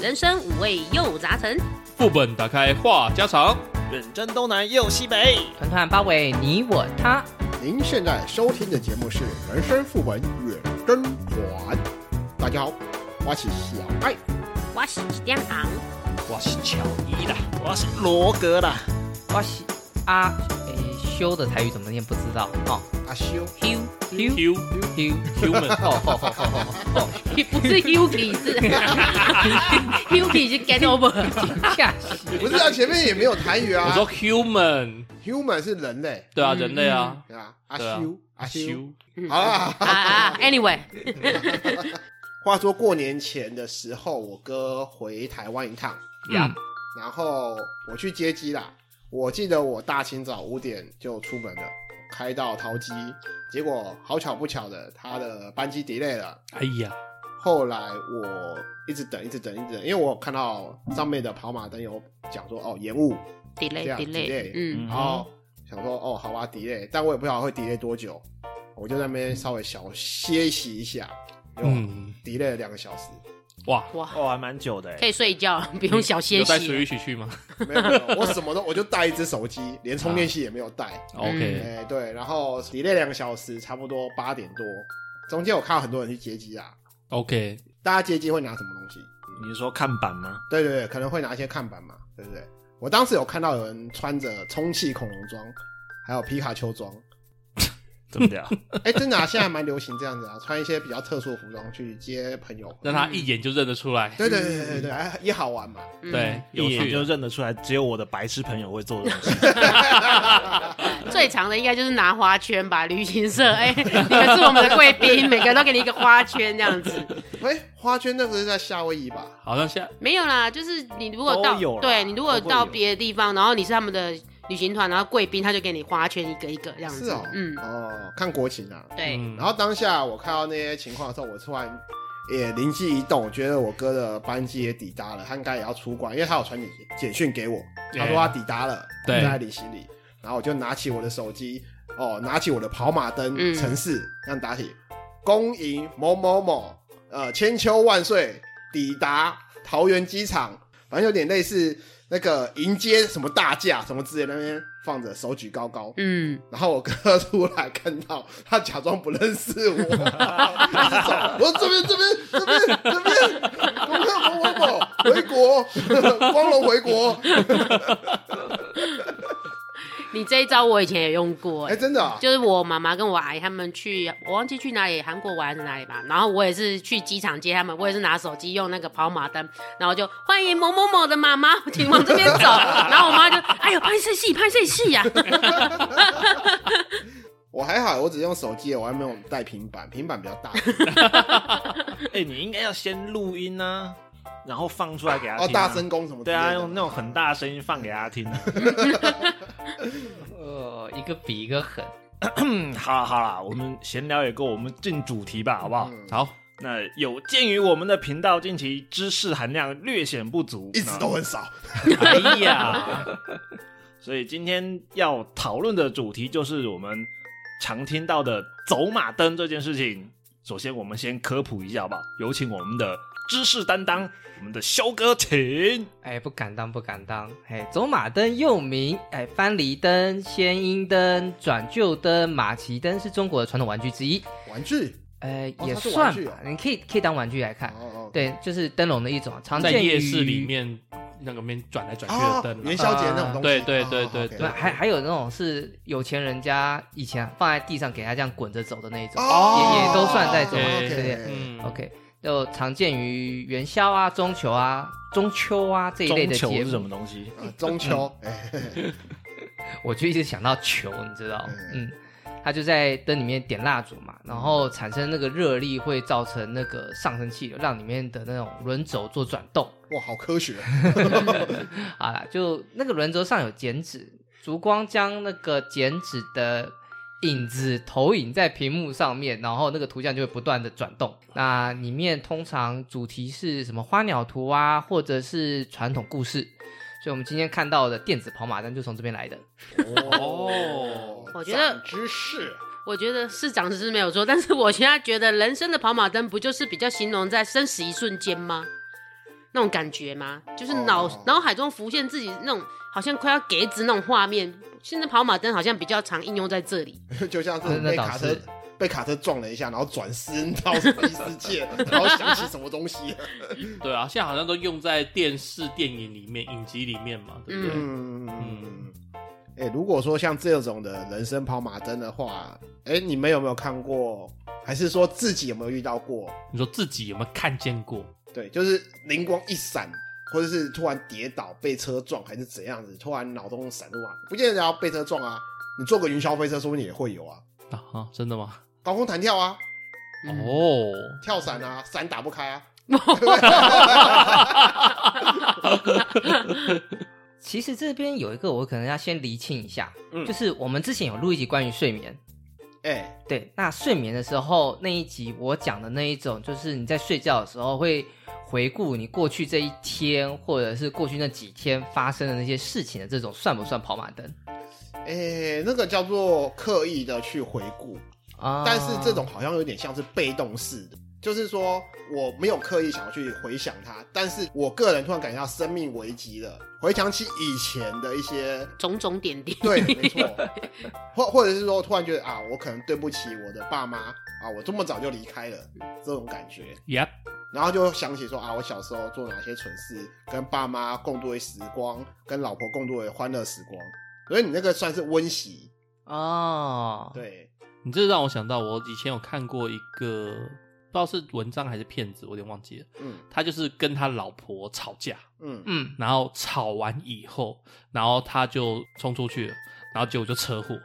人生五味又杂陈。副本打开话家常，远征东南又西北。团团包围你我他。您现在收听的节目是《人生副本远征团》，大家好，我是小爱。我是点昂，我是乔伊啦。我是罗格啦，哇西啊，诶、修的台语怎么念不知道哦。阿修， Q Q Q Q， human 啊哦哦哦哦哦，不是 Yuki 是 Yuki 是 Get Over。 吓死！不是啊，前面也没有台语啊。我说 human， human 是人类，对啊，嗯人类啊，对吧？阿对啊修，嗯阿修，修好啦。啊啊，Anyway，话说过年前的时候，我哥回台湾一趟，呀，然后我去接机啦。我记得我大清早五点就出门了，开到桃机，结果好巧不巧的，他的班机 delay 了。哎呀，后来我一直等，一直等，一直等，因为我有看到上面的跑马灯有讲说哦延误， delay 这样 delay， delay 嗯嗯然后想说哦好吧 delay，但我也不知道会 delay 多久，我就在那边稍微小歇息一下，嗯嗯， ，delay 了两个小时，哇，哇，哦，还蛮久的欸可。以睡觉，嗯不用小歇有带水息一。起去吗没有，没有，我什么都我就带一只手机，连充电器也没有带。 ？OK，哎、 对，然后 delay 两个小时，差不多八点多，中间我看到很多人去接机啊。 OK，大家接机会拿什么东西？你是说看板吗？对对对，可能会拿一些看板嘛，对不对？我当时有看到有人穿着充气恐龙装，还有皮卡丘装，怎么的？哎，真的、啊，现在蛮流行这样子啊， 穿一些比较特殊的服装去接朋友。让他一眼就认得出来，对对对对对对，哎，也好玩嘛。嗯对，，有一眼就趣。认得出来，只有我的白痴朋友会做的东西。最长的应该就是拿花圈吧，旅行社，哎，你们是我们的贵 宾，每个人都给你一个花圈这样子。哎，花圈那个是在夏威夷吧？好像现在没有啦，就是你如果到都有啦对你如果都会到有别的地方，然后你是他们的旅行团，然后贵宾他就给你花圈一个一个这样子。是哦，嗯，哦，看国情啊。对，嗯然后当下我看到那些情况的时候，我突然也灵机一动，我觉得我哥的班机也抵达了，他应该也要出关，因为他有传简简讯给我，他说他抵达了，对正在理行李。然后我就拿起我的手机，哦，拿起我的跑马灯，嗯城市这样打起，恭迎某某某，呃，千秋万岁，抵达桃园机场，反正有点类似那个迎接什么大驾什么之类的，那边放着手举高高，嗯，然后我哥出来看到，他假装不认识我，一直走，我说这边这边这边这边，我看某某某回国，光荣回国，你这一招我以前也用过、哎、哎真的、啊，就是我妈妈跟我阿姨他们去，我忘记去哪里，韩国玩还是哪里吧。然后我也是去机场接他们，我也是拿手机用那个跑马灯，然后就欢迎某某某的妈妈，请往这边 走。然后我妈就哎呦拍摄戏拍摄戏呀， 我还好，我只用手机，我还没有带平板，平板比较大。哎，你应该要先录音啊，然后放出来给他听哦，啊。大声公什么之对类的？啊，用那种很大的声音放给他听啊。呃，一个比一个狠。嗯，好啦好啦，我们闲聊也够，我们进主题吧，好不好？嗯好，那有鉴于我们的频道近期知识含量略显不足，一直都很少。那哎呀，所以今天要讨论的主题就是我们常听到的走马灯这件事情。首先，我们先科普一下，好不好？有请我们的知识担当，我们的肖哥，请。哎，不敢当，不敢当。哎，走马灯又名哎翻离灯、仙音灯、转旧灯、马骑灯是中国的传统玩具之一。玩具呃，哦也它是算玩具吧哦，你可以可以当玩具来哦看。哦，对，就是灯笼的一种，常在见于夜市里。面那个面转来转去的哦，灯元啊，宵节那种东西。对对对哦对，OK 对，还还有那种是有钱人家以前放在地上给他这样滚着走的那一种。哦，也也都算在走马灯 OK 对对嗯 OK，就常见于元宵啊、中秋啊、中秋啊这一类中的球节是什目。么东西？啊中秋，哎，我就一直想到球，你知道嗯？嗯，他就在灯里面点蜡烛嘛，然后产生那个热力会造成那个上升气流，让里面的那种轮轴做转动。哇，好科学。好啦，就那个轮轴上有剪纸，烛光将那个剪纸的影子投影在屏幕上面，然后那个图像就会不断的转动。那里面通常主题是什么花鸟图啊，或者是传统故事。所以我们今天看到的电子跑马灯就从这边来的。哦我觉得长知识。我觉得市长只是没有错，但是我现在觉得人生的跑马灯不就是比较形容在生死一瞬间吗？那种感觉吗？就是哦脑脑海中浮现自己那种好像快要给子那种画面。现在跑马灯好像比较常应用在这里， 就像是真的被倒卡是车被卡车撞了一下，然后转身到异世 界，然后想起什么东西了。对啊，现在好像都用在电视、电影里面、影集里面嘛，对不对？嗯嗯。哎、如果说像这种的人生跑马灯的话，哎、你们有没有看过？还是说自己有没有遇到过？你说自己有没有看见过？对，就是灵光一闪，或者是突然跌倒被车撞，还是怎样子？突然脑中闪入啊，不见得要被车撞啊，你坐个云霄飞车，说不定也会有啊。啊啊，真的吗？高空弹跳啊，嗯哦，跳伞啊，伞打不开啊。其实这边有一个我可能要先厘清一下，嗯就是我们之前有录一集关于睡眠，哎、对，那睡眠的时候那一集我讲的那一种，就是你在睡觉的时候会回顾你过去这一天或者是过去那几天发生的那些事情的这种，算不算跑马灯哎、那个叫做刻意的去回顾，啊？但是这种好像有点像是被动式的，就是说我没有刻意想要去回想它，但是我个人突然感觉到生命危机了，回想起以前的一些。种种点点，对，没错，或或者是说，突然觉得啊，我可能对不起我的爸妈啊，我这么早就离开了，这种感觉，耶，然后就想起说啊，我小时候做哪些蠢事，跟爸妈共度的时光，跟老婆共度的欢乐时光，所以你那个算是温习，哦，对，你这让我想到，我以前有看过一个，不知道是文章还是骗子，我有点忘记了。嗯他就是跟他老婆吵架，嗯，嗯，然后吵完以后，然后他就冲出去了，然后结果就车祸，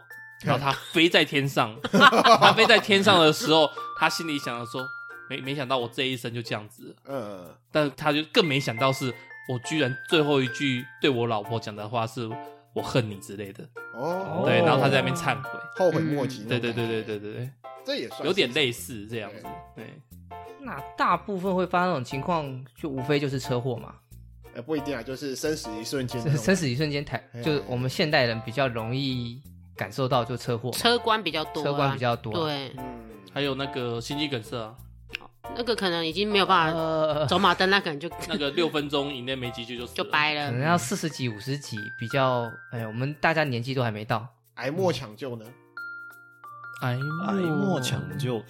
然后他飞在天上，他飞在天上的时候，他心里想着说，没没想到我这一生就这样子了，嗯，但他就更没想到是我居然最后一句对我老婆讲的话是我恨你之类的，哦，对，然后他在那边忏悔，后悔莫及、对对对对，对对对，这也算是有点类似这样子，对，那大部分会发生那种情况，就无非就是车祸嘛，哎、不一定啊，就是生死一瞬间那生种，生死一瞬间，台哎呀就是我们现代人比较容易感受到，就车祸嘛，车关比较多、啊，车关比较多，，对，嗯，还有那个心肌梗塞啊，那个可能已经没有办法呃，走马灯，那可能就 那个六分钟以内没急救就死就了掰可了能。要四十几、五十几比较，哎，我们大家年纪都还没到，癌末抢救呢，嗯哀哎哦哀哎莫抢救，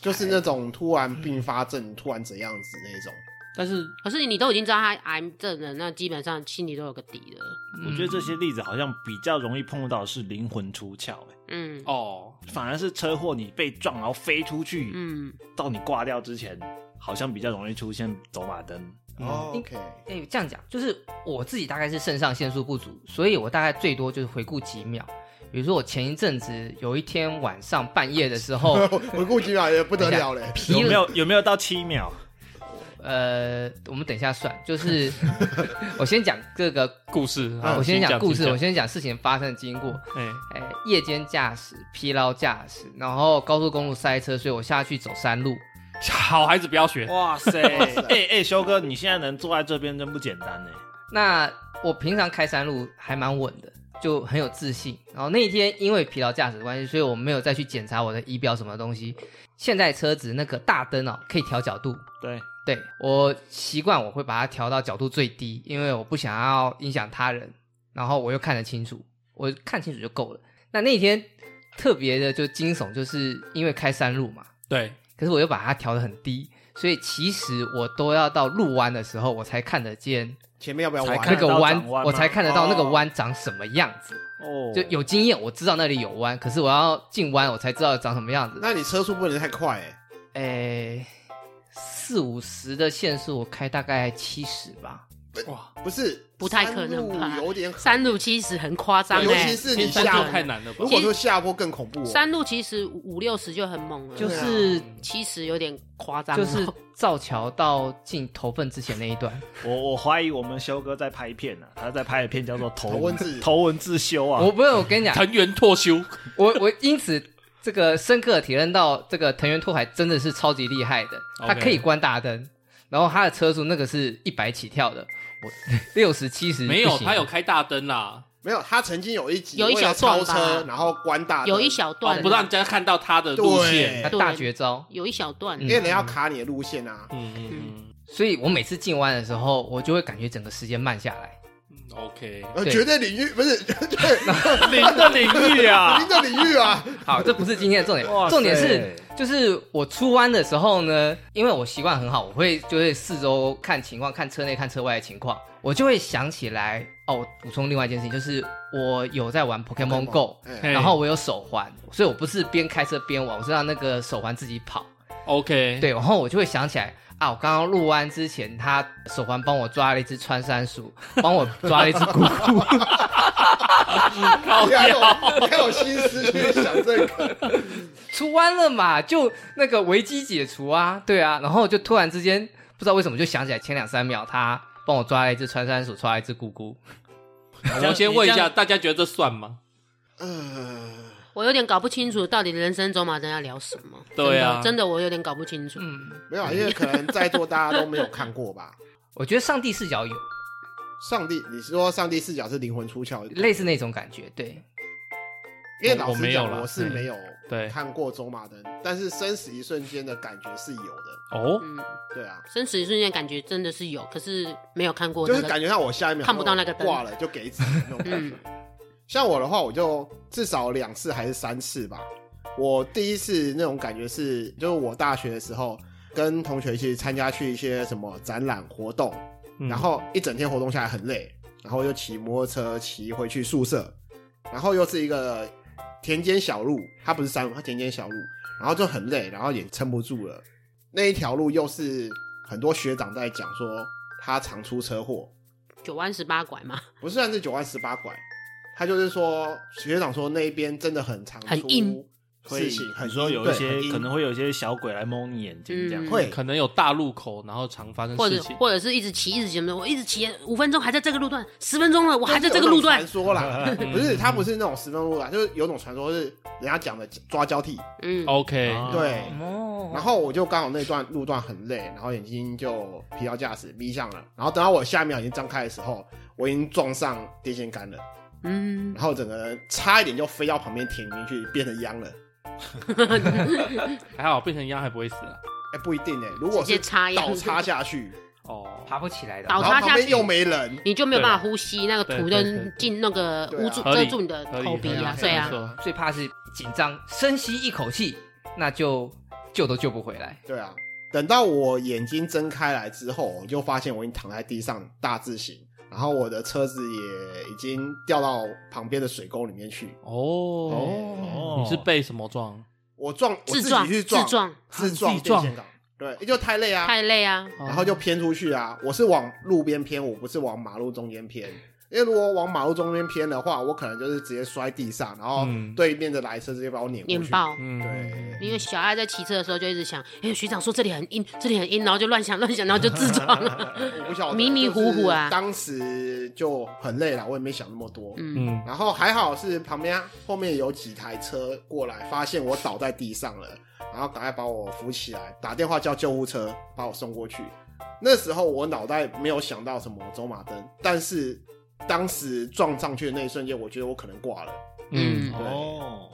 就是那种突然并发症、突然怎样子那种，但是可是你都已经知道他癌症了，那基本上心里都有个底了。我觉得这些例子好像比较容易碰到的是灵魂出窍、欸，嗯，哦，反而是车祸你被撞然后飞出去，嗯，到你挂掉之前，好像比较容易出现走马灯。哦嗯，OK，哎，这样讲就是我自己大概是肾上腺素不足，所以我大概最多就是回顾几秒。比如说我前一阵子有一天晚上半夜的时候， 回顾起来也不得了哎嘞，疲有没了，有有没有到七秒？呃，我们等一下算，就是 我先讲这 个，故事，啊我先讲故事，我先先讲事情发生的经过。哎，哎，夜间驾驶、疲劳驾驶，然后高速公路塞车，所以我下去走山路。好孩子不要学， 哇塞！塞哎哎，修哥，你现在能坐在这边真不简单呢、那我平常开山路还蛮稳的，就很有自信。然后那一天因为疲劳驾驶的关系，所以我没有再去检查我的仪表什么东西。现在车子那个大灯哦，可以调角度。对，对我习惯，我会把它调到角度最低，因为我不想要影响他人，然后我又看得清楚，我看清楚就够了。那那一天特别的就惊悚，就是因为开山路嘛，对，可是我又把它调得很低，所以其实我都要到路弯的时候，我才看得见前面要不要才玩？那看个到弯转弯吗我才看得到那个弯长什么样子。哦就有经验，我知道那里有弯，可是我要进弯，我才知道长什么样子。那你车速不能太快、欸，诶，四五十的限速，我开大概七十吧。哇，不是不太可能吧山路有点可，山路其实很夸张、欸，尤其是你天山就下太难了吧如？果说下坡更恐怖、哦，山路其实五六十就很猛了，就是七十有点夸张了，哦就是造桥到进头份之前那一段，我我怀疑我们修哥在拍片呢、啊，他在拍的片叫做头头文 字头文字修啊我。不是我跟你讲，藤原拓修，我我因此这个深刻地体认到，这个藤原拓海真的是超级厉害的， OK 他可以关大灯，然后他的车速那个是一百起跳的，我 六十七十没有，他有开大灯啦，哦没有，他曾经有一集有一为了小段超吧车，然后关大灯 有一小哦段、，啊不让人家看到他的路线，对他大绝招，有一小段，嗯嗯因为人要卡你的路线啊，嗯嗯嗯，所以我每次进弯的时候，我就会感觉整个时间慢下来。嗯 OK，呃，对绝对领域不是 对零的领域 啊您，的领域啊，好，这不是今天的重哇塞点，重点是就是我出弯的时候呢，因为我习惯很好，我会就会四周看情况，看车内看车外的情况，我就会想起来哦。我补充另外一件事情，就是我有在玩 Pokemon Go，哎嘿然后我有手环，所以我不是边开车边玩，我是让那个手环自己跑。 OK，对，然后我就会想起来啊，我刚刚录完之前，他手环帮我抓了一只穿山鼠，帮我抓 了一只咕咕。你还有你还有心思去想这个？出弯了嘛，就那个危机解除啊，对啊，然后就突然之间不知道为什么就想起来前两三秒他帮我抓了一只穿山鼠，抓了一只咕咕，我先问一你这下，样大家觉得这算吗？呃，我有点搞不清楚到底人生走马灯要聊什么。对啊真的真的我有点搞不清楚。嗯，没有啊，因为可能在座大家都没有看过吧。我觉得上帝视角有上帝，你是说上帝视角是灵魂出窍？类似那种感觉，对，因为老我实没有讲，啦我是嗯没有对，看过走马灯，但是生死一瞬间的感觉是有的。哦，嗯，对啊，生死一瞬间感觉真的是有，可是没有看过就那是个。感觉到我下一秒看不到那个灯挂了就给纸那种感觉。嗯，像我的话，我就至少两次还是三次吧。我第一次那种感觉是，就是我大学的时候跟同学一起参加去一些什么展览活动，嗯然后一整天活动下来很累，然后又骑摩托车骑回去宿舍，然后又是一个田间小路，它不是山路，它田间小路，然后就很累，然后也撑不住了。那一条路又是很多学长在讲说他常出车祸，九弯十八拐嘛，不是算是九弯十八拐，他就是说学长说那一边真的很常出很硬事情，很你说有一些可能会会有一些小鬼来蒙你眼睛这嗯，样会可能有大路口，然后常发生或事者情。或者是一直骑一直骑，我一直骑五分钟还在这个路段，十分钟了我还在这个路段传，说啦，嗯 不是他不是那种十分钟路啦，就是有种传说是人家讲的抓交替，嗯， OK，啊对。哦然后我就刚好那段路段很累，然后眼睛就疲劳驾驶眯上了。然后等到我下一秒已经张开的时候，我已经撞上电线杆了，嗯，然后整个人差一点就飞到旁边田里面去，变成秧了。还好变成鸭还不会死啊。哎，不一定哎、如果直接是插秧倒插下去，哦，爬不起来的， 倒然后插旁下边去又没人，你就没有办法呼吸，那个对土对对就进那个对啊捂住合遮理住你的合理头皮合啊理，对啊没，错最怕是紧张，深吸一口气，那就救都救不回来。对啊，等到我眼睛睁开来之后，我就发现我已经躺在地上大字形，然后我的车子也已经掉到旁边的水沟里面去。哦，哦你是被什么撞？我撞，我自自撞己自去撞，自啊撞你自己撞电线杆，对，就太累啊，太累啊，然后就偏出去啊。我是往路边偏，我不是往马路中间偏。因为如果往马路中间偏的话，我可能就是直接摔地上，然后嗯对面的来车直接把我碾过去。碾爆。嗯，对，因为小爱在骑车的时候就一直想，哎、学长说这里很阴，这里很阴，然后就乱想乱想，然后就自撞 了。我不晓得，迷迷糊糊啊就是当时就很累了，我也没想那么多。嗯，嗯，然后还好是旁边后面有几台车过来，发现我倒在地上了，然后赶快把我扶起来，打电话叫救护车把我送过去。那时候我脑袋没有想到什么走马灯，但是当时撞上去的那一瞬间，我觉得我可能挂了。嗯嗯哦，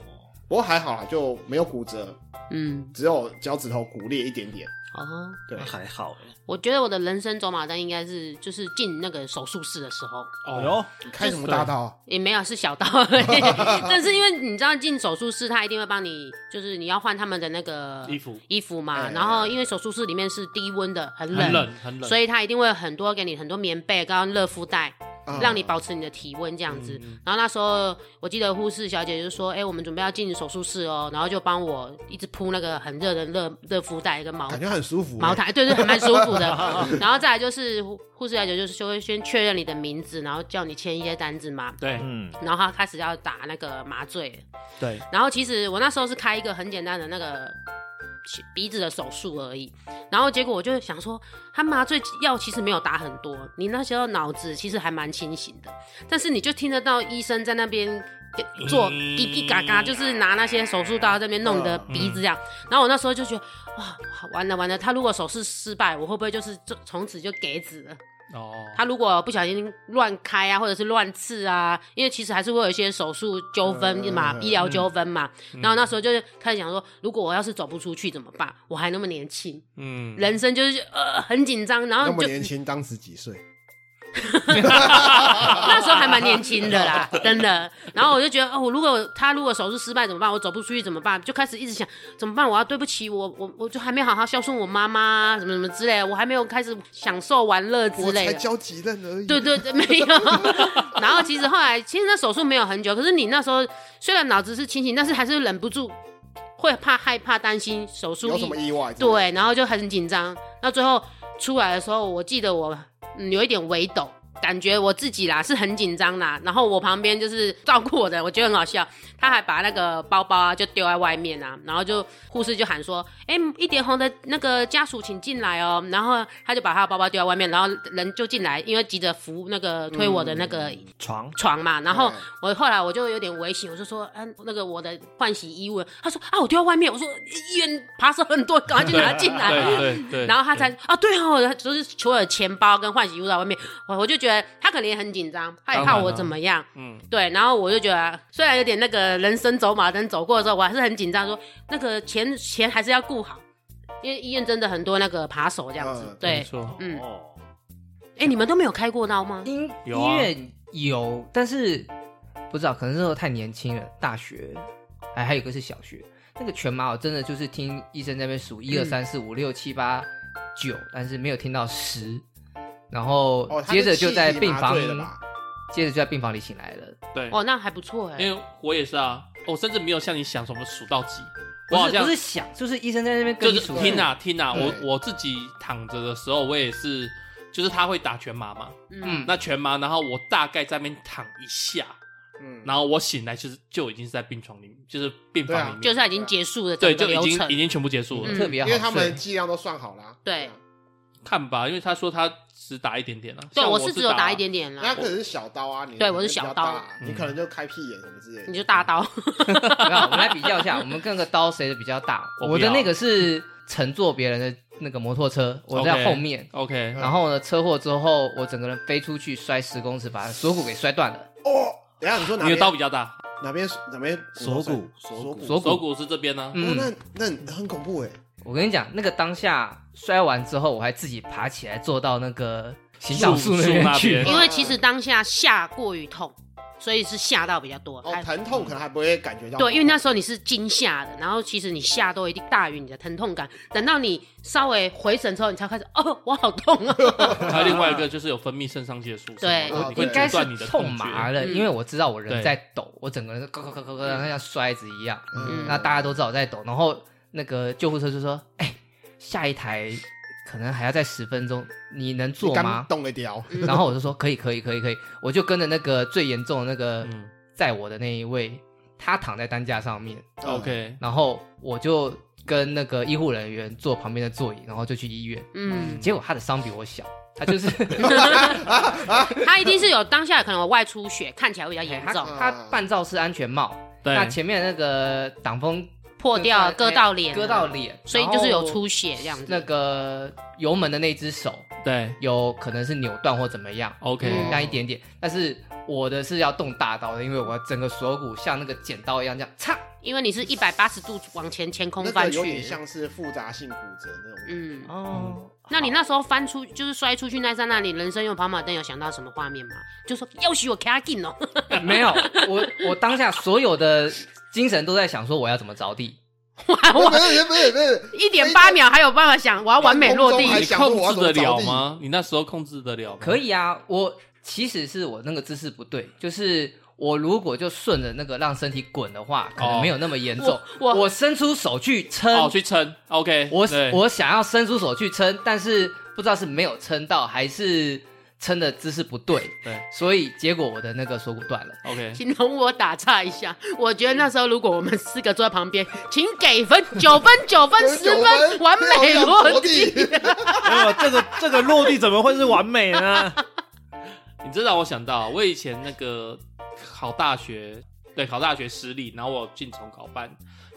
不过还好啦，就没有骨折，嗯，只有脚趾头骨裂一点点。哦，对那，还好我觉得我的人生走马灯应该是就是进那个手术室的时候，哎，哟，你开什么大刀啊？也没有是小刀而已，但是因为你知道进手术室，他一定会帮你，就是你要换他们的那个衣服衣服嘛，哎然后因为手术室里面是低温的，很冷，很冷很冷，所以以他一定会有很多给你很多棉被跟热敷袋，啊让你保持你的体温这样子。嗯嗯然后那时候我记得护士小姐就说：“哎、我们准备要进手术室哦。”然后就帮我一直铺那个很热的热热敷袋跟毛感觉很舒服欸、毛毯，对对，还蛮舒服的。然后再来就是护护士小姐就是就会先确认你的名字，然后叫你签一些单子嘛。对嗯，然后他开始要打那个麻醉，对，然后其实我那时候是开一个很简单的那个鼻子的手术而已，然后结果我就想说，他麻醉药其实没有打很多，你那时候脑子其实还蛮清醒的，但是你就听得到医生在那边。做滴滴嘎嘎，就是拿那些手术刀在那边弄你的鼻子这样。然后我那时候就觉得，哇，完了完了，他如果手术失败，我会不会就是就从此就给子了？哦，他如果不小心乱开啊，或者是乱刺啊，因为其实还是会有一些手术纠纷嘛，嗯医疗纠纷嘛。嗯然后那时候就是开始想说，如果我要是走不出去怎么办？我还那么年轻，嗯，人生就是呃很紧张，然后那你么就年轻，当时几岁？ 那时候还蛮年轻的啦，真的。然后我就觉得，哦，我如果他如果手术失败怎么办？我走不出去怎么办？就开始一直想怎么办？我要对不起我，我我就还没好好孝顺我妈妈，什么什么之类的，我还没有开始享受玩乐之我类才的。教几任而已。啊对对对，没有。 然后其实后来，其实那手术没有很久，可是你那时候虽然脑子是清醒，但是还是忍不住会怕、害怕、担心手术有一什么意外？，对，然后就很紧张。那最后出来的时候，我记得我、嗯、有一点微抖，感觉我自己啦是很紧张啦。然后我旁边就是照顾我的人，我觉得很好笑，他还把那个包包啊就丢在外面啊，然后就护士就喊说：“哎、一点红的那个家属请进来哦。”然后他就把他的包包丢在外面，然后人就进来，因为急着扶那个推我的那个床床嘛，然后对我后来我就有点危险，我就说，嗯、那个我的换洗衣物，他说啊，我丢在外面，我说医院扒手很多，赶快去拿它进对来。对嗯对，然后他才啊，对哦，就是除了钱包跟换洗衣物在外面，我我就觉得他可能也很紧张，他也当怕然我啊怎么样，嗯，对。然后我就觉得虽然有点那个人生走马灯走过的时候，我还是很紧张，说那个钱钱还是要顾好，因为医院真的很多那个扒手这样子，嗯没对，错，嗯，哦， 哎，你们都没有开过刀吗？音有医啊院有，但是不知道，可能那时候太年轻了，大学，哎还还有一个是小学。那个全麻，我真的就是听医生在那边数嗯一二三四五六七八九，但是没有听到十，然后哦，他接是着就在气体病麻房醉，的吧？接着就在病房里醒来了。对，哦，那还不错哎，因为我也是啊，我甚至没有像你想什么数到几，我不好是像不是想，就是医生在那边跟就你是数听啊听啊，我对我自己躺着的时候，我也是，就是他会打全麻嘛，嗯，那全麻，然后我大概在那边躺一下，嗯，然后我醒来就是就已经是在病床里面，就是病对啊房里面，就是他已经结束了对，整个就已流经程已，经全部结束了。嗯特别因好为他睡 们剂量都算好啦。对啊，看吧，因为他说他只打一点点了、啊，对，像我我是只打有打一，点点啊那啦，可能是小刀啊，你对你我是比较小刀大你嗯可能就开屁眼什么之类的。你就大刀，那我们来比较一下，我们跟个刀谁的比较大？我不我的要那个是乘坐别人的那个摩托车，我在 OK 后面。嗯 OK，然后呢，车祸之后，我整个人飞出去，摔十公尺，把锁骨给摔断了。哦，等一下你说哪你的边刀比较大，哪边哪边锁骨锁骨锁手骨是这边啊呢、哦，嗯，那那很恐怖哎。我跟你讲，那个当下摔完之后，我还自己爬起来坐到那个行脚树那边去树那。 因为其实当下下过于痛，所以是吓到比较多。哦还，疼痛可能还不会感觉到。对，因为那时候你是惊吓的，然后其实你吓都一定大于你的疼痛感。等到你稍微回神之后，你才开始哦，我好痛 啊！还有另外一个就是有分泌肾上腺素，对什么的你我会应该阻是断你的痛痛麻觉。了，嗯因为我知道我人对在抖，我整个人咯咯咯咯咯，像摔子一样。嗯那大家都知道我在抖，然后那个救护车就说：“哎，下一台可能还要再十分钟，你能你坐刚吗动了一条，？”然后我就说：“可以，可以，可以，可以。”我就跟着那个最严重的那个嗯载我的那一位，他躺在担架上面，嗯，OK，然后我就跟那个医护人员坐旁边的座椅，然后就去医院。嗯，结果他的伤比我小，他 就是他一定是有当下可能有外出血，看起来会比较严哎他重，他半罩式安全帽，对那，前面那个挡风破掉、割到脸、啊割到，脸，所以就是有出血这样那子。个油门的那只手对有可能是扭断或怎么样， ，OK，、嗯那一点点，但是。我的是要动大刀的，因为我整个锁骨像那个剪刀一样这样插，因为你是一百八十度往前前空那个翻有点去，像是复杂性骨折那 种。嗯，哦，那你那时候翻出就是摔出去那一刹那，你人生用跑马灯有想到什么画面吗？就说要许我卡进哦， 没有，我我当下所有的精神都在想说我要怎么着地，哇不哇，是不是不是，一点八秒还有办法想我要完美落地空中，还你想说我要控怎制得么着了地吗？你那时候控制得了吗？可以啊。我其实是我那个姿势不对，就是我如果就顺着那个让身体滚的话，可能没有那么严重。我我我伸出手去撑，哦哦，去撑，OK，我对我想要伸出手去撑，但是不知道是没有撑到还是撑的姿势不对，对所以结果我的那个锁骨断了。 ，OK，请容我打岔一下，我觉得那时候如果我们四个坐在旁边，请给分九分、九分、十九分，完美落地。地，没有哎这个这个落地怎么会是完美呢？你这让我想到，我以前那个考大学，对，考大学失利，然后我进重考班，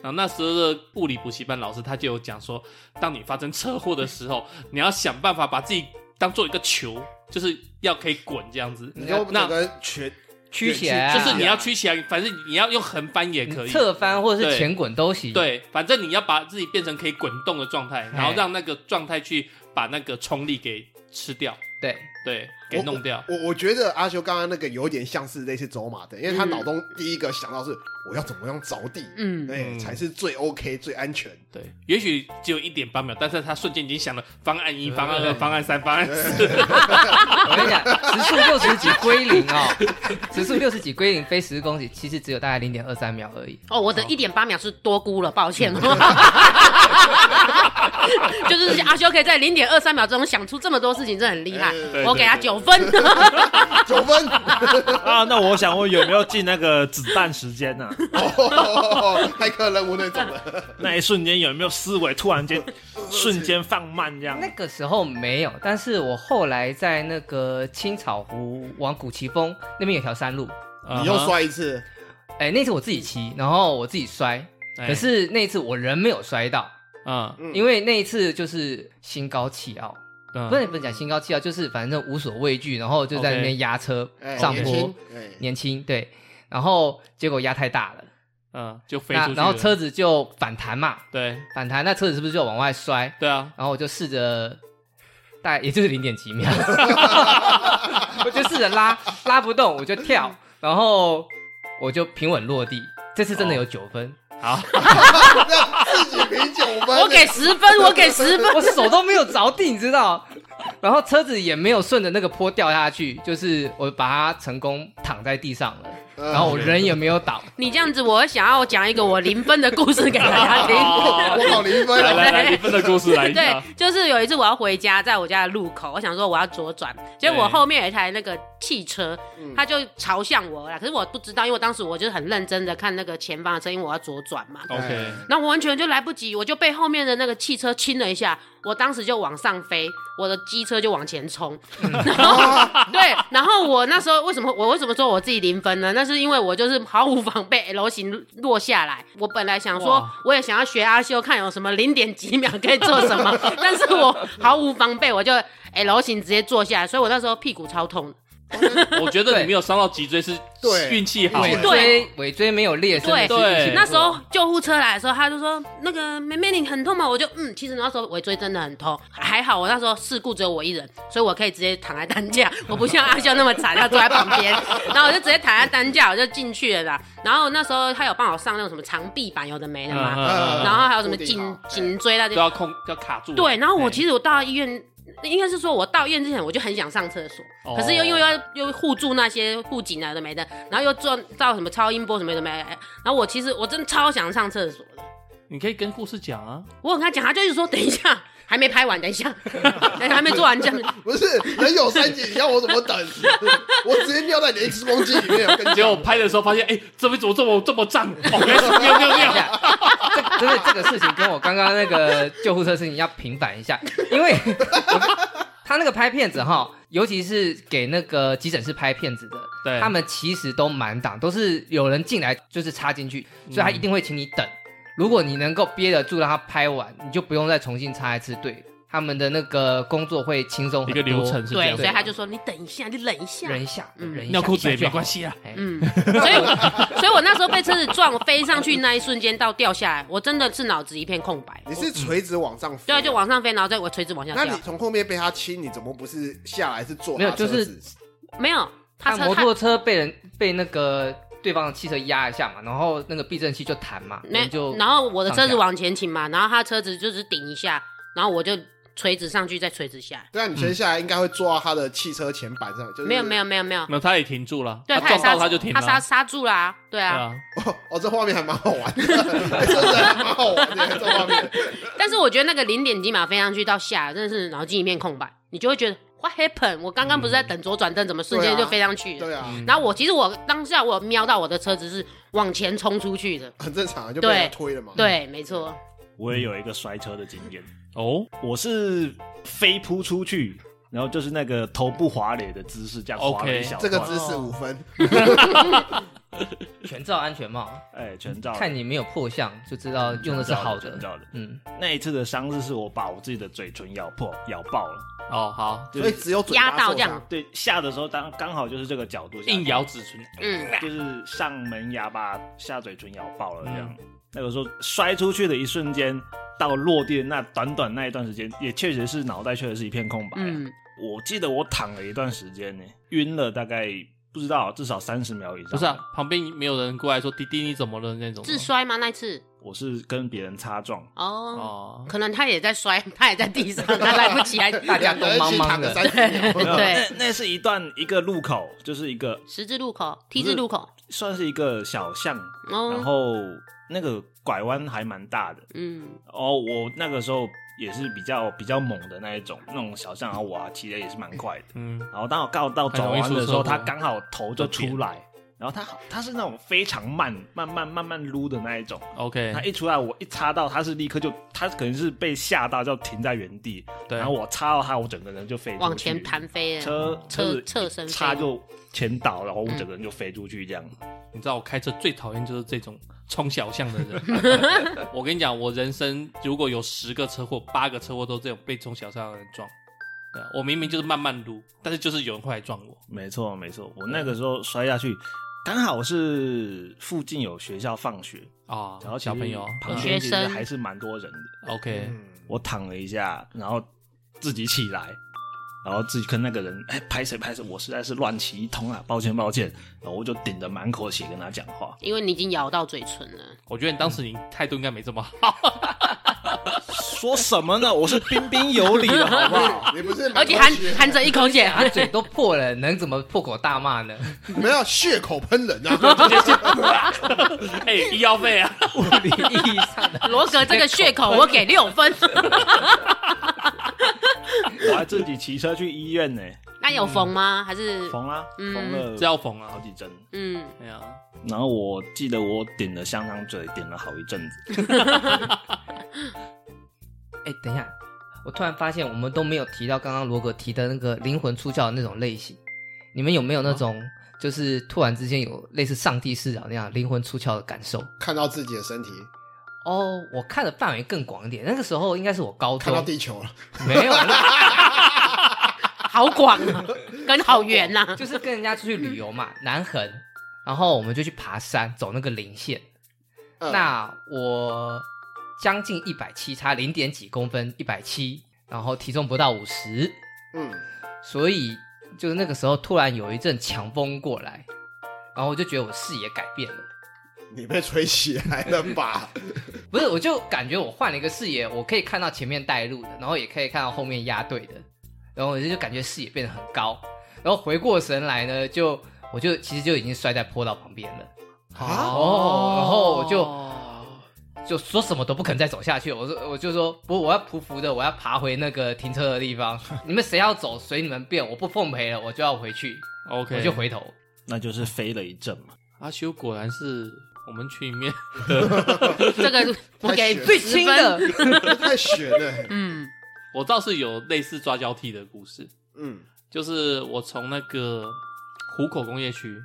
然后那时候的物理补习班老师他就有讲说，当你发生车祸的时候，你要想办法把自己当做一个球，就是要可以滚这样子。你就整那个全曲起来啊，就是你要曲起来，反正你要用横翻也可以。侧翻或者是对前滚都行。，对，反正你要把自己变成可以滚动的状态，然后哎让那个状态去把那个冲力给吃掉，对，对，给弄掉。我我觉得阿修刚刚那个有点像是类似走马灯，因为他嗯脑中第一个想到是我要怎么样着地，嗯，哎，嗯才是最 OK 最安全。对，也许只有一点八秒，但是他瞬间已经想了方案嗯一、方案二、方案三、方案四。 我跟你讲，时速六十几归零哦，时速六十几归零飞十公里，其实只有大概零点二三秒而已。哦，我的一点八秒是多估了，抱歉。 就是阿修可以在零点二三秒钟想出这么多事情，真的很厉害哎对。对我给他对九分。 九分，啊，那我想问有没有进那个子弹时间啊呢、哦，太克任务那种了。 那一瞬间有没有思维突然间瞬间放慢这样那？个时候没有，但是我后来在那个青草湖往古奇峰那边有条山路，嗯嗯啊你又摔一次，哎、那次我自己骑，然后我自己摔，哎，可是那次我人没有摔到，嗯，嗯因为那一次就是心高气傲，嗯，不是不是讲心高气傲，就是反正无所畏惧，然后就在那边 OK 压车哎上年坡，轻哎，年轻对，然后结果压太大了，嗯，就飞出那去了。然后车子就反弹嘛，对反弹那车子是不是就往外摔？对啊，然后我就试着，大概也就是零点几秒， 我就试着拉，拉不动我就跳，然后我就平稳落地。这次真的有九分，好，自己评九分呢，我给十分，我给十分。我手都没有着地，你知道？然后车子也没有顺着那个坡掉下去，就是我把它成功躺在地上了，嗯，然后我人也没有倒。你这样子，我想要讲一个我零分的故事给大家听。 好我考零分来了。来来，你分的故事来一下啊对。，就是有一次我要回家，在我家的路口，我想说我要左转，结果我对后面有一台那个汽车嗯，它就朝向我了。可是我不知道，因为我当时我就是很认真的看那个前方的车，因为我要左转嘛。哎 OK，然后我完全就来不及，我就被后面的那个汽车亲了一下，我当时就往上飞，我的机车就往前冲， 然后对，然后我那时候为什么我为什么说我自己零分呢？那是因为我就是毫无防备 L 型落下来，我本来想说哇我也想要学阿修看有什么零点几秒可以做什么， 但是我毫无防备，我就 L 型直接坐下来，所以我那时候屁股超痛的。我觉得你没有伤到脊椎是对运气好。尾椎尾椎没有裂，真的是对运气不错那时候救护车来的时候，他就说：“那个妹妹你很痛吗？”我就嗯，其实那时候尾椎真的很痛，还好我那时候事故只有我一人，所以我可以直接躺在担架，我不像阿秀那么惨，要坐在旁边。然后我就直接躺在担架，我就进去了啦。然后那时候他有帮我上那种什么长臂板，有的没的嘛，嗯嗯嗯然后还有什么固定颈好颈椎那些都，要控要卡住。对，然后我哎其实我到医院，应该是说我到医院之前我就很想上厕所，哦可是又又要又护住那些护颈啊有的没的，然后又做到什么超音波什么有的没的，哎然后我其实我真的超想上厕所的，你可以跟护士讲啊，我有跟他讲，他就一直说等一下。还没拍完，等一下， 哎还没做完这样，不是人有三级，你要我怎么等？我直接尿在你的 X 光机里面，我跟你结讲果拍的时候发现，哎，这边怎么这么这么胀？哦，原来是尿尿一 尿。下，这真的这个事情跟我刚刚那个救护车事情要平反一下，因为他那个拍片子哈，尤其是给那个急诊室拍片子的，对，他们其实都满档，都是有人进来就是插进去，所以他一定会请你等。如果你能够憋得住让他拍完，你就不用再重新插一次队，他们的那个工作会轻松一很个多。流程是这对，样。所以他就说你等一下，你忍一下，忍一下，嗯忍一下，尿裤子也一没下就好关。系啊。哎嗯，所以我 所以我那时候被车子撞飞上去那一瞬间到掉下来，我真的是脑子一片空白，你是垂直往上飞，对，啊就。往上飞，然后再我垂直往下那你掉，从后面被他亲，你怎么不是下来是坐没有他车就是子没有，他他车摩他托车被人被那个对方的汽车压一下嘛，然后那个避震器就弹嘛，没人就然后我的车上子下往前倾嘛，然后他车子就是顶一下，然后我就垂直上去，再垂直下来。对啊，你垂下来应该会坐到他的汽车前板上，就是没有没有没有没有，那他也停住了，对，他他也撞刹到他就停他了。刹刹住啦，对对啊。啊，哦哦，这画面还蛮好玩的， 哎真的还蛮好玩的这画面。但是我觉得那个零点几秒飞上去到下来，真的是脑筋一片空白，你就会觉得 What happened？我刚刚不是在等左转灯，怎么瞬间对啊就飞上去了？对啊，然后我其实我当下我有瞄到我的车子是往前冲出去的，很正常，就被人对家推了嘛。对，没错，我也有一个摔车的经验，哦我是飞扑出去，然后就是那个头部滑垒的姿势，这样滑了一 OK，小这段。个姿势五分，全罩安全帽，哎，全照的看你没有破相就知道用的是好的全。照的。嗯，那一次的伤势是我把我自己的嘴唇咬破咬爆了，哦，好，就所以是只有嘴压巴到受这样伤。对下的时候当刚好就是这个角度啊下去，硬咬嘴唇，嗯， 就是上门牙把下嘴唇咬爆了这样。那个时候摔出去的一瞬间，到落地的那短短那一段时间，也确实是脑袋确实是一片空白、啊嗯，我记得我躺了一段时间呢，晕了大概不知道至少三十秒以上。不是啊，旁边没有人过来说弟弟你怎么了那种吗。自摔吗？那次我是跟别人擦撞，哦，哦，可能他也在摔，他也在地上，他来不及，还大家两个人一起躺个都三茫十秒，哎没有对那那是一段一个路口，就是一个十字路口、T 字路口，算是一个小巷，嗯然哦，后那个拐弯还蛮大的。嗯，哦，我那个时候也是比较比较猛的那一种，那种小巷，然后我啊骑的也是蛮快的。嗯，然后当我告到转弯的时候，他刚好头就出很来，然后他好他是那种非常慢慢慢慢慢撸的那一种， OK，他一出来我一插到他是立刻就他可能是被吓到就停在原地，对，然后我插到他我整个人就飞出去往前，弹嗯飞了，车车侧子侧身插飞，就前倒，然后嗯我整个人就飞出去这样。你知道我开车最讨厌就是这种冲小巷的 人。我跟你讲，我人生如果有十个车祸，八个车祸都这种被冲小巷的人撞。对啊我明明就是慢慢撸，但是就是有人会来撞我。没错没错，我那个时候摔下去，刚好是附近有学校放学，啊、然后其实小嗯朋友旁学边其实生，还是蛮多人的。嗯 OK，、我躺了一下，然后自己起来，然后自己跟那个人哎拍谁拍谁，我实在是乱起一通啊，抱歉抱歉，然后我就顶着满口血跟他讲话因为你已经咬到嘴唇 了，我觉得你当时你态度应该没这么 好。说什么呢？我是彬彬有礼的好不 好？你不是而且含蛮多血含着一口血，他嘴都破了，能怎么破口大 骂呢？没有血口喷人啊！哎、医药费啊！物理意义上的，罗格这个血口我给六分，我还自己骑车去医院呢、那有缝吗？还是缝啦、嗯缝了这要缝好啊！几针。嗯，哎呀、然后我记得我顶了香肠嘴，顶了好一阵子。哎，等一下，我突然发现我们都没有提到刚刚罗格提的那个灵魂出窍的那种类型。你们有没有那种就是突然之间有类似上帝视角那样灵魂出窍的感受？看到自己的身体，哦，我看的范围更广一点，那个时候应该是我高看中到，地球了，没有啦，好广啊，跟好啊圆呐、 就是跟人家出去旅游嘛，南横，然后我们就去爬山，走那个林线。嗯那我将近一百七，差零点几公分，一百七，然后体重不到五十，嗯，所以就是那个时候突然有一阵强风过来，然后我就觉得我视野改变了，你被吹起来了 吧？不是，我就感觉我换了一个视野，我可以看到前面带路的，然后也可以看到后面压队的，然后我就感觉视野变得很高，然后回过神来呢，就我就其实就已经摔在坡道旁边了。啊哦，然后我就就说什么都不肯再走下去，我说我就说不，我要匍匐着，我要爬回那个停车的地方，你们谁要走随你们便，我不奉陪了，我就要回去， OK，我就回头。那就是飞了一阵嘛，阿修果然是我们群里面这个我给太血了10最轻分，的，太悬了，嗯，我倒是有类似抓交替的故事，嗯，就是我从那个湖口工业区，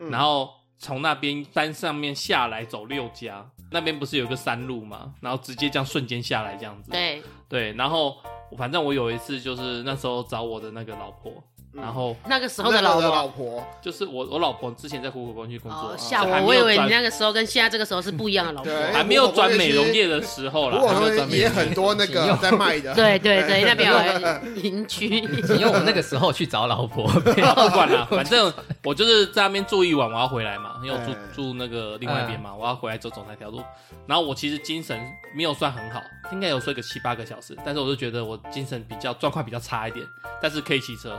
嗯然后从那边山上面下来走六家，那边不是有一个山路嘛，然后直接这样瞬间下来这样子。对，对，然后我反正我有一次就是那时候找我的那个老婆，嗯然后那个时那候个的老老婆。婆，就是我我老婆之前在湖口工业区工作，哦，啊吓就还我！没我以有为转你那个时候跟现在这个时候是不一样的老婆。对还没有转美容业的时候啦，不过还没有他转们美容也业很多那个在卖的，对对对，那边有邻居。你用我那个时候去找老婆， 哦不 管了，反正我就是在那边住一晚，我要回来嘛，因为我哎住嗯住那个另外一边嘛，我要回来走走那条路。嗯然后我其实精神没有算很好，应该有睡个七八个小时，但是我就觉得我精神比较状况比较差一点，但是可以骑车，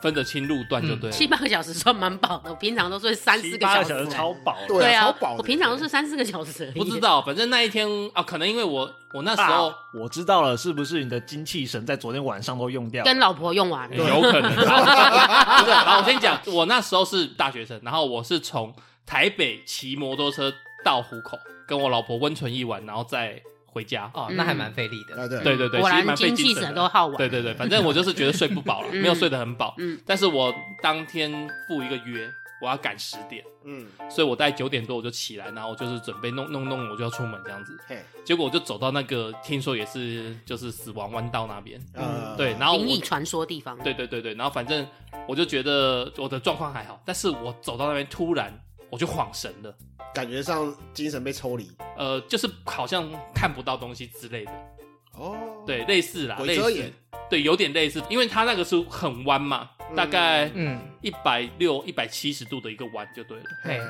分得清路段就对了。七八个小时算蛮饱的，我平常都睡三四个七八时。时超饱的。对啊啊超饱，的我平常都是三四个小时而已。不知道，反正那一天啊，可能因为我我那时候、啊我知道了，是不是你的精气神在昨天晚上都用掉了？跟老婆用完了，有可能， 不是。好，我先讲，我那时候是大学生，然后我是从台北骑摩托车到湖口，跟我老婆温存一晚，然后再回家。嗯哦，那还蛮费力的。啊对对对对，果其实然蛮费精气神神的都耗完。对对对， 反正我就是觉得睡不饱了，嗯没有睡得很饱。嗯但是我当天赴一个约，我要赶十点，嗯，所以我大概九点多我就起来，然后就是准备弄弄弄，我就要出门这样子。嘿，结果我就走到那个听说也是就是死亡弯道那边，呃，对，然后灵我异传说地方，对对对对，然后反正我就觉得我的状况还好，但是我走到那边突然我就恍神了，感觉上精神被抽离，呃，就是好像看不到东西之类的，哦，，对，类似啦，鬼类遮似眼，对，有点类似，因为它那个是很弯嘛，大概嗯，一百六、一百七十度的一个弯就对了。嘿，呃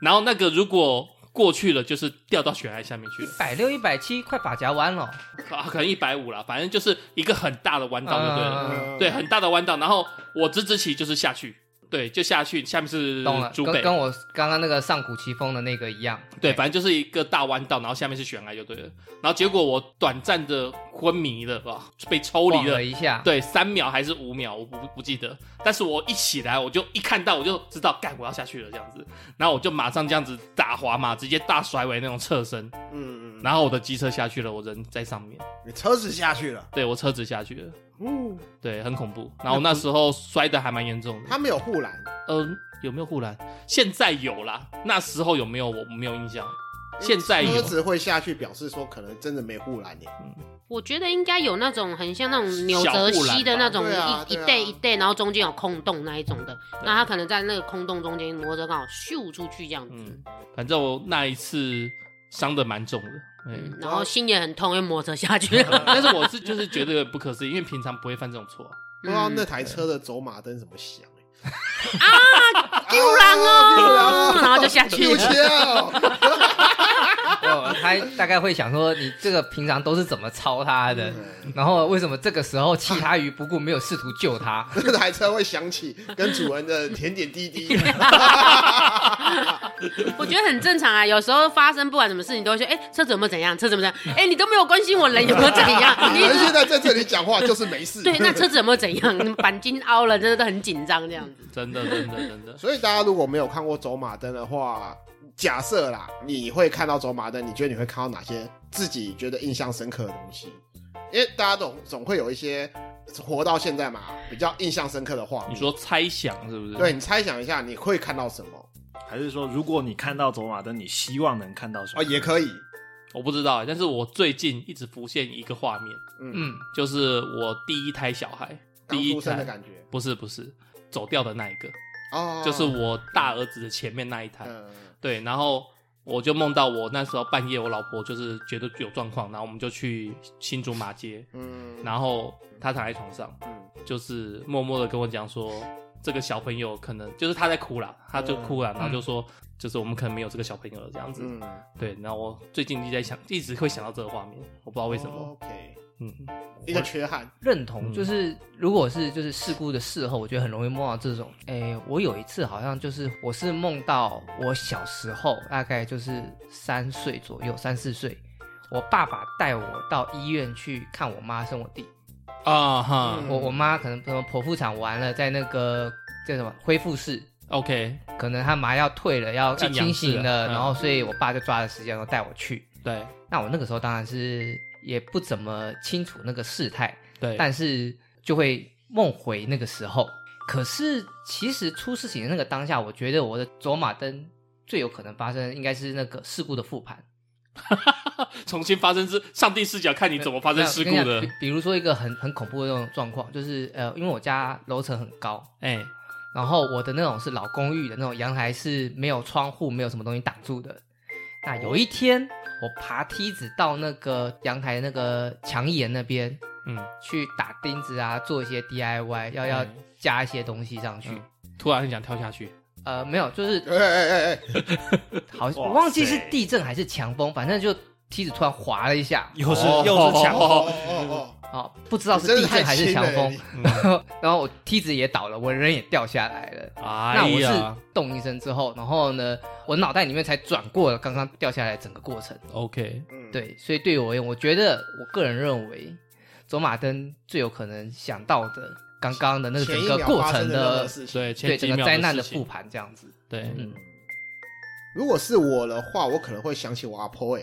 然后那个如果过去了，就是掉到悬崖下面去一了，百六一百七，快把夹弯了，啊，可能一百五啦，反正就是一个很大的弯道就啊对了，呃嗯对，很大的弯道。然后我直直骑就是下去，对，就下去，下面是懂了，竹跟北，跟我哎刚刚那个上古奇峰的那个一样，对，反正就是一个大弯道，然后下面是悬崖就对了。然后结果我短暂的昏迷了啊，被抽晃离了了。一下，对，三秒还是五秒，我不不记得。但是我一起来，我就一看到我就知道，干我要下去了这样子，然后我就马上这样子打滑嘛，直接大甩尾那种侧身，嗯嗯，然后我的机车下去了，我人在上面，你车子下去了，对我车子下去了，嗯，对，很恐怖。然后那时候摔的还蛮严重的，他没有护栏，嗯、有没有护栏？现在有啦，那时候有没有我没有印象，现在有车，子会下去，表示说可能真的没护栏耶，我觉得应该有那种很像那种纽小泽护栏西的吧那种对啊一一对啊对一对，然后中间有空洞那一种的，那他可能在那个空洞中间摩托车刚好咻出去这样子嗯，反正我那一次伤的蛮重的，嗯。嗯然后心也很痛，因为摩托车下去了。 但是我是就是觉得有点不可思议，因为平常不会犯这种错啊、不知道嗯那台车的走马灯怎么响耶。 啊，救人哦， 然后就下去救了。 枪！哦，他大概会想说，你这个平常都是怎么操他的？嗯然后为什么这个时候弃他于不顾，没有试图救他？这台车会响起跟主人的点点滴滴，我觉得很正常啊，有时候发生不管什么事情，都会说，哎、车子有没有怎样？车子有没有怎样？哎、你都没有关心我人有没有怎 样？你一人直现在在这里讲话就是没事。 对，那车子有没有怎样？钣金凹了，真的都很紧张这样子。真的，真的，真的。所以大家如果没有看过走马灯的话，假设啦，你会看到走马灯，你觉得你会看到哪些自己觉得印象深刻的东西？因为大家总总会有一些活到现在嘛，比较印象深刻的画 你面。说猜想是不是？对，你猜想一下，你会看到什么？还是说，如果你看到走马灯，你希望能看到什么？哦，也可以，我不知道欸，但是我最近一直浮现一个画面，嗯，嗯，就是我第一胎小孩，刚第一出生的胎感觉不是不是走掉的那一个，哦，就是我大儿子的前面那一胎。嗯，对，然后我就梦到我那时候半夜，我老婆就是觉得有状况，然后我们就去新竹马街，嗯，然后她躺在床上，嗯就是默默的跟我讲说，这个小朋友可能就是她在哭啦，她就哭了，然后就说，就是我们可能没有这个小朋友了这样子。嗯，对，然后我最近一直在想，一直会想到这个画面，我不知道为什哦么。哦？OK，嗯，一个缺憾，认同，嗯就是如果是就是事故的事后，我觉得很容易梦到这种。诶，我有一次好像就是我是梦到我小时候，大概就是三岁左右，三四岁，我爸爸带我到医院去看我妈生我弟。啊哈嗯我我妈可能什么剖腹产完了，在那个叫什么恢复室， ，OK，可能她麻药退了，要要静养清室醒了嗯了，然后所以我爸就抓了时间，然后带我去。对那我那个时候当然是也不怎么清楚那个事态，对，但是就会梦回那个时候。可是其实出事情的那个当下，我觉得我的走马灯最有可能发生，应该是那个事故的复盘。重新发生是上帝视角看你怎么发生事故没有跟你的讲。比比如说一个很很恐怖的那种状况，就是呃，因为我家楼层很高， 哎、然后我的那种是老公寓的那种阳台是没有窗户、没有什么东西挡住的。那有一天，我爬梯子到那个阳台那个墙沿那边嗯，去打钉子啊，做一些 DIY，要要嗯加一些东西上去。嗯突然很想跳下去。呃，没有，就是哎哎哎哎，好，哇我忘记是塞地震还是强风，反正就梯子突然滑了一下， 又是哦又是 强哦哦哦哦哦，哦，不知到道是地震还是强风，嗯、 然后我梯子也倒了，我人也掉下来了。那哎我呀是动一声之后，然后呢，我脑袋里面才转过了刚刚掉下来的整个过程。 ，OK，嗯，对，所以对我而言，我觉得我个人认为，走马灯最有可能想到的刚刚的那个前整一个秒过发程生任何的，事情，对，前对几整个秒灾难的的事复情，盘这样子。对，嗯，如果是我的话，我可能会想起我阿婆、欸，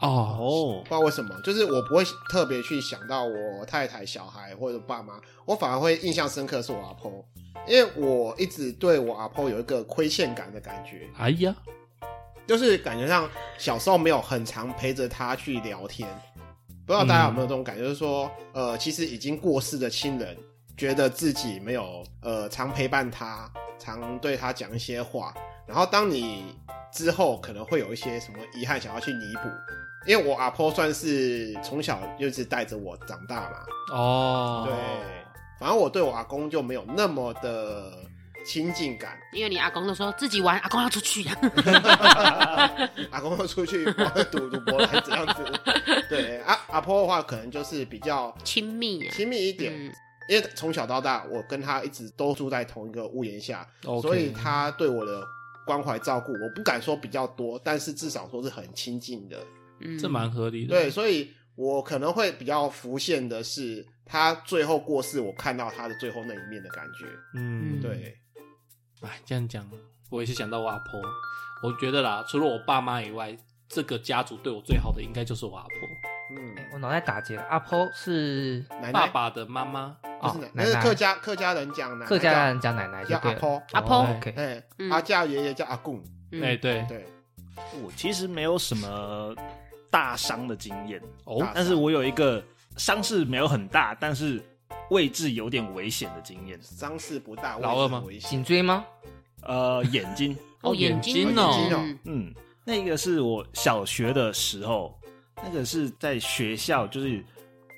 哦，哦不知道为什么，就是我不会特别去想到我太太、小孩或者爸妈，我反而会印象深刻是我阿婆，因为我一直对我阿婆有一个亏欠感的感觉，哎呀，就是感觉上小时候没有很常陪着她去聊天，不知道大家有没有这种感觉，就是说，呃，其实已经过世的亲人，觉得自己没有呃常陪伴他，常对他讲一些话，然后当你之后可能会有一些什么遗憾想要去弥补，因为我阿婆算是从小就是带着我长大嘛，哦，对，反正我对我阿公就没有那么的亲近感，因为你阿公都说自己玩，阿公要出去了。 阿公会出去哦赌赌博来这样子，对，阿阿婆的话可能就是比较亲密啊，亲密一点。嗯因为从小到大，我跟他一直都住在同一个屋檐下哦 OK 所以他对我的关怀照顾，我不敢说比较多，但是至少说是很亲近的。嗯这蛮合理的。对，，所以我可能会比较浮现的是他最后过世，我看到他的最后那一面的感觉。嗯，嗯对，哎，这样讲，我也是想到我阿婆。我觉得啦，除了我爸妈以外，这个家族对我最好的应该就是我阿婆，嗯，哎我脑袋打结了，阿婆是奶爸奶爸的妈妈。就哦是奶，，奶那是奶客家客家人讲奶奶客家人讲奶奶叫就阿对了。婆，阿婆哦 OK，哎，嗯阿叫爷爷叫阿公，嗯哎，对，对，我其实没有什么大伤的经验，哦，但是我有一个伤势没有很大，但是位置有点危险的经验。伤势不大，老二吗危险颈椎吗？呃，眼睛，哦，眼睛哦眼睛哦嗯嗯，那个是我小学的时候，那个是在学校就是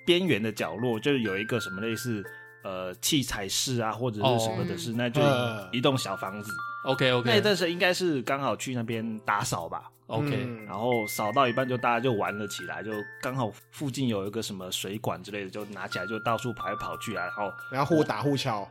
边缘的角落，就是有一个什么类似呃器材室啊，或者是什么的室，那就嗯一栋小房子。 ，OK 那一 OK 段时间应该是刚好去那边打扫吧， OK，嗯然后扫到一半就大家就玩了起来，就刚好附近有一个什么水管之类的，就拿起来就到处跑来跑去啊，然后然后互打互敲，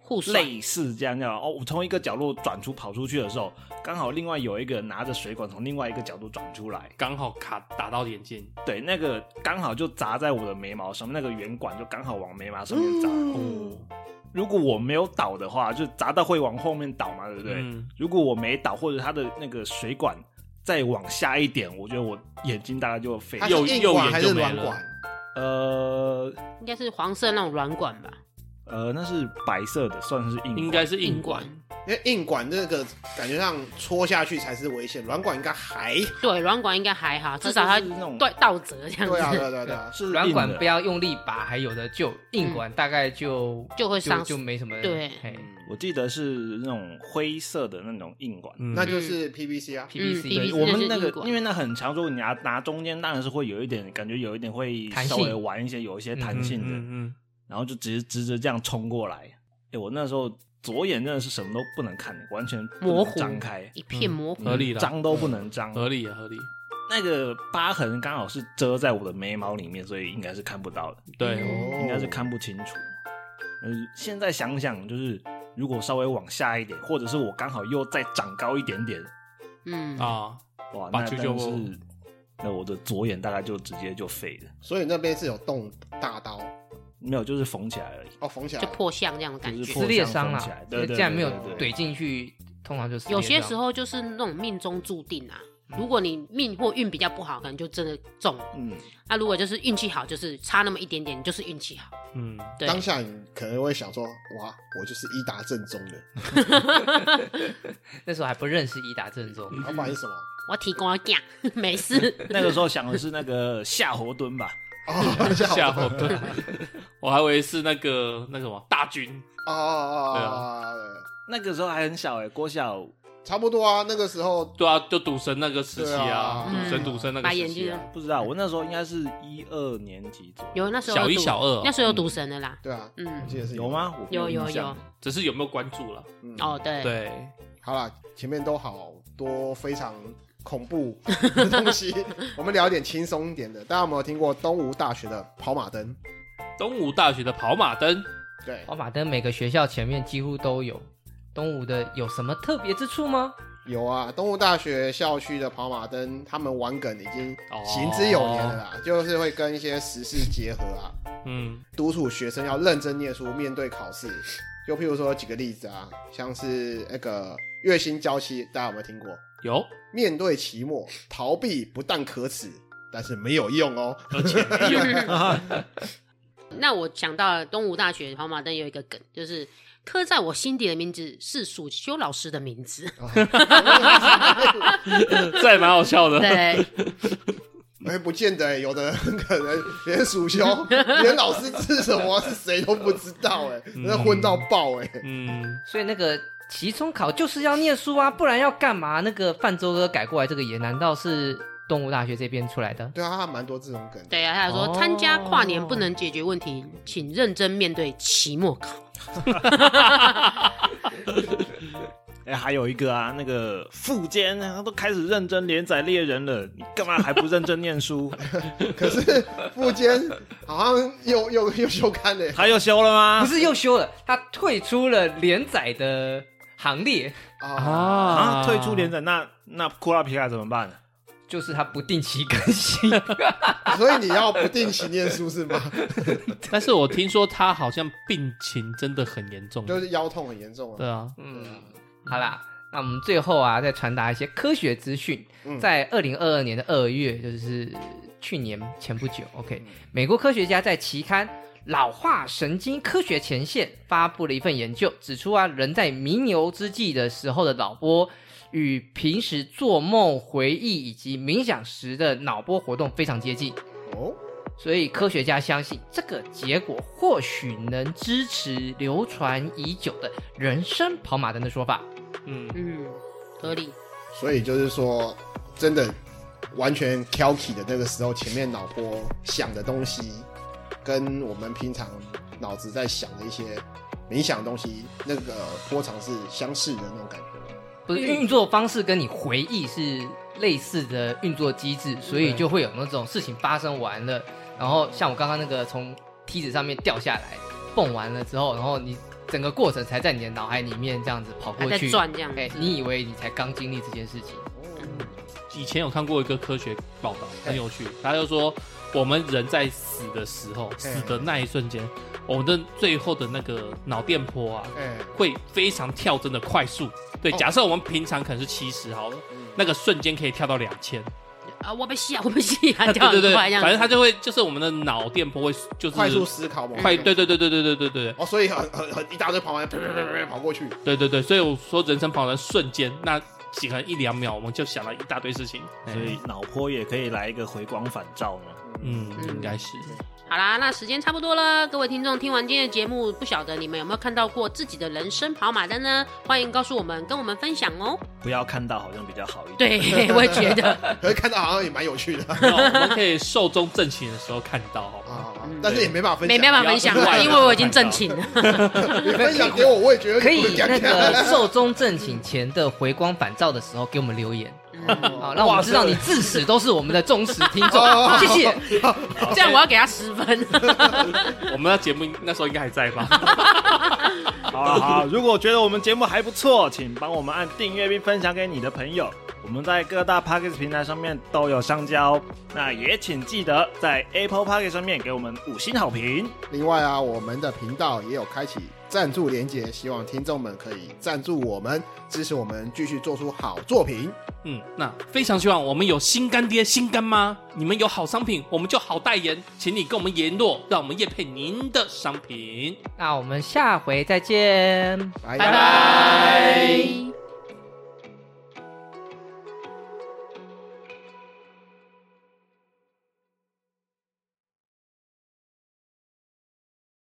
互甩类似这样这样哦，我从一个角落转出跑出去的时候，刚好另外有一个人拿着水管从另外一个角度转出来，刚好卡打到眼睛，对，那个刚好就砸在我的眉毛上面，那个圆管就刚好往眉毛上面嗯砸。哦，如果我没有倒的话，就砸到会往后面倒嘛，对不对？嗯如果我没倒，或者它的那个水管再往下一点，我觉得我眼睛大概就废它了。是右硬右管眼还就是没软了管？呃应该是黄色那种软管吧？呃，那是白色的，算是硬管。应该是硬管，因为硬管这个感觉上戳下去才是危险，软管应该还对，软管应该还好，至少它它就是那种对倒折这样对啊，对子，啊对啊对啊，是软管硬的不要用力拔，还有的就硬管大概就就会就伤就没什么对嘿我记得是那种灰色的那种硬管。嗯那就是 PVC 啊，嗯，PVC 对我们那那是个硬，管因为那很长，如果你拿拿中间，当然是会有一点感觉，有一点会弹稍性微玩一些，有一些弹性的，嗯嗯然后就直接直着这样冲过来。哎、我那时候左眼真的是什么都不能看，完全不能模糊张开，一片模糊嗯。合理啦张都不能张嗯。合理啊合理，那个疤痕刚好是遮在我的眉毛里面，所以应该是看不到的，对，哦应该是看不清楚。嗯，现在想想，就是如果稍微往下一点，或者是我刚好又再长高一点点，嗯，啊，哇，把那啾真啾的是，那我的左眼大概就直接就废了，所以那边是有动大刀没有，就是缝起来而已。哦，缝起来就破相这样的感就是觉破。撕裂伤像缝啦起来，对因为对既然没有对对怼进去，通常就是有些时候就是那种命中注定啊。如果你命或运比较不好，可能就真的中了。嗯，那、如果就是运气好，就是差那么一点点，你就是运气好。嗯，对，当下你可能会想说，哇，我就是伊达正宗的，那时候还不认识伊达正宗，老板是什么？我提供讲， 没 事。那个时候想的是那个夏侯惇吧，哦，吓哦我，对，我还以为是那个那什么大军，哦哦对哦，那个时候还很小哎、郭小差不多啊，那个时候对啊，就赌神那个时期啊，对啊赌神赌神那个把时眼期睛啊，不知道，我那时候应该是一二年级左 右，有那时候小一有赌小二哦那时候有赌神的啦。对啊，我嗯，记得是有？吗？我没有有印象有，只是有没有关注了？嗯，哦，对，对，好啦，前面都好多非常恐怖的东西， 我们聊一点轻松一点的。大家有没有听过东吴大学的跑马灯？东吴大学的跑马灯，对，跑马灯每个学校前面几乎都有。东吴的有什么特别之处吗？有啊，东吴大学校区的跑马灯，他们玩梗已经哦行之有年了啦，就是会跟一些时事结合啊，嗯，督促学生要认真念书，面对考试。就譬如说几个例子啊，像是那个月薪娇妻，大家有没有听过？有面对期末，逃避不但可耻，但是没有用哦。而且没有 那我想到了东吴大学跑马灯有一个梗，就是刻在我心底的名字是蜀修老师的名 字。这也蛮好笑的。对，哎，不见得欸，有的人可能连暑修、连老师是什么啊是谁都不知道，哎，那混到爆，哎，嗯，所以那个期中考就是要念书啊，不然要干嘛？那个泛舟哥改过来这个也难道是东吴大学这边出来的？对啊，他蛮多这种梗的。对啊，他有说哦参加跨年不能解决问题，请认真面对期末考。哎、还有一个啊，那个富坚啊都开始认真连载猎人了，你干嘛还不认真念书？可是富坚好像又又又欸休刊嘞，他又休了不吗？是又休了，他退出了连载的行列，啊，啊啊，退出连载，那那库拉皮卡怎么办？就是他不定期更新。啊所以你要不定期念书是吗？ 但是我听说他好像病情真的很严重。就是腰痛很严重啊。对啊，嗯，好啦，那我们最后啊，再传达一些科学资讯。嗯在二零二二年的二月，就是去年前不久，OK，美国科学家在期刊《老化神经科学前线》发布了一份研究，指出啊，人在弥留之际的时候的脑波。与平时做梦、回忆以及冥想时的脑波活动非常接近，哦，所以科学家相信这个结果或许能支持流传已久的“人生跑马灯”的说法。嗯，嗯，合理。所以就是说，真的完全 calky 的那个时候，前面脑波想的东西，跟我们平常脑子在想的一些冥想的东西，那个波长是相似的那种感觉吗。不嗯是运作方式跟你回忆是类似的运作机嗯制，所以就会有那种事情发生完了，然后像我刚刚那个从梯子上面掉下来，蹦完了之后，然后你整个过程才在你的脑海里面这样子跑过还在去，转这样子哎，你以为你才刚经历这件事情，以前有看过一个科学报道，很有趣，他就说我们人在死的时候，死的那一瞬间，我们的最后的那个脑电波啊，哎、会非常跳针的快速。对，哦假设我们平常可能是七十好了，那个瞬间可以跳到两 千。啊，我被吸啊，我被吸啊，对掉 对很对，快这样子。反正它就会就是我们的脑电波会就是快速思考嘛，快，对对对对对对对对哦，所以很很很一大堆跑完，啪啪啪啪啪跑过去，对对对，所以我说人生跑的瞬间，那几可能一两秒我们就想了一大堆事情，所以脑波也可以来一个回光返照呢。嗯，应该是好啦，那时间差不多了，各位听众听完今天的节目，不晓得你们有没有看到过自己的人生跑马灯呢？欢迎告诉我们，跟我们分享哦。不要看到好像比较好一点。对，我也觉 得，可是看到好像也蛮有趣的那我们可以寿终正寝的时候看到，哦好吗？啊，但是也没办法分没享，没办法分享啊，因为我已经正寝了。你分享给我，我也觉得可以尴那尬个寿终正寝前的回光返照的时候给我们留言，嗯好，让我们知道你自始都是我们的忠实听众，谢谢。 这样我要给他十分。我们的节目那时候应该还在 吧？ 好了好啊了，如果觉得我们节目还不错，请帮我们按订阅并分享给你的朋友。我们在各大 p o c k e t 平台上面都有上架哦。那也请记得在 Apple p o c k e t 上面给我们五星好评。另外啊，我们的频道也有开启赞助连结，希望听众们可以赞助我们，支持我们继续做出好作品。嗯，那非常希望我们有新干爹、新干妈，你们有好商品，我们就好代言，请你跟我们联络，让我们业配您的商品。那我们下回再见。拜拜拜。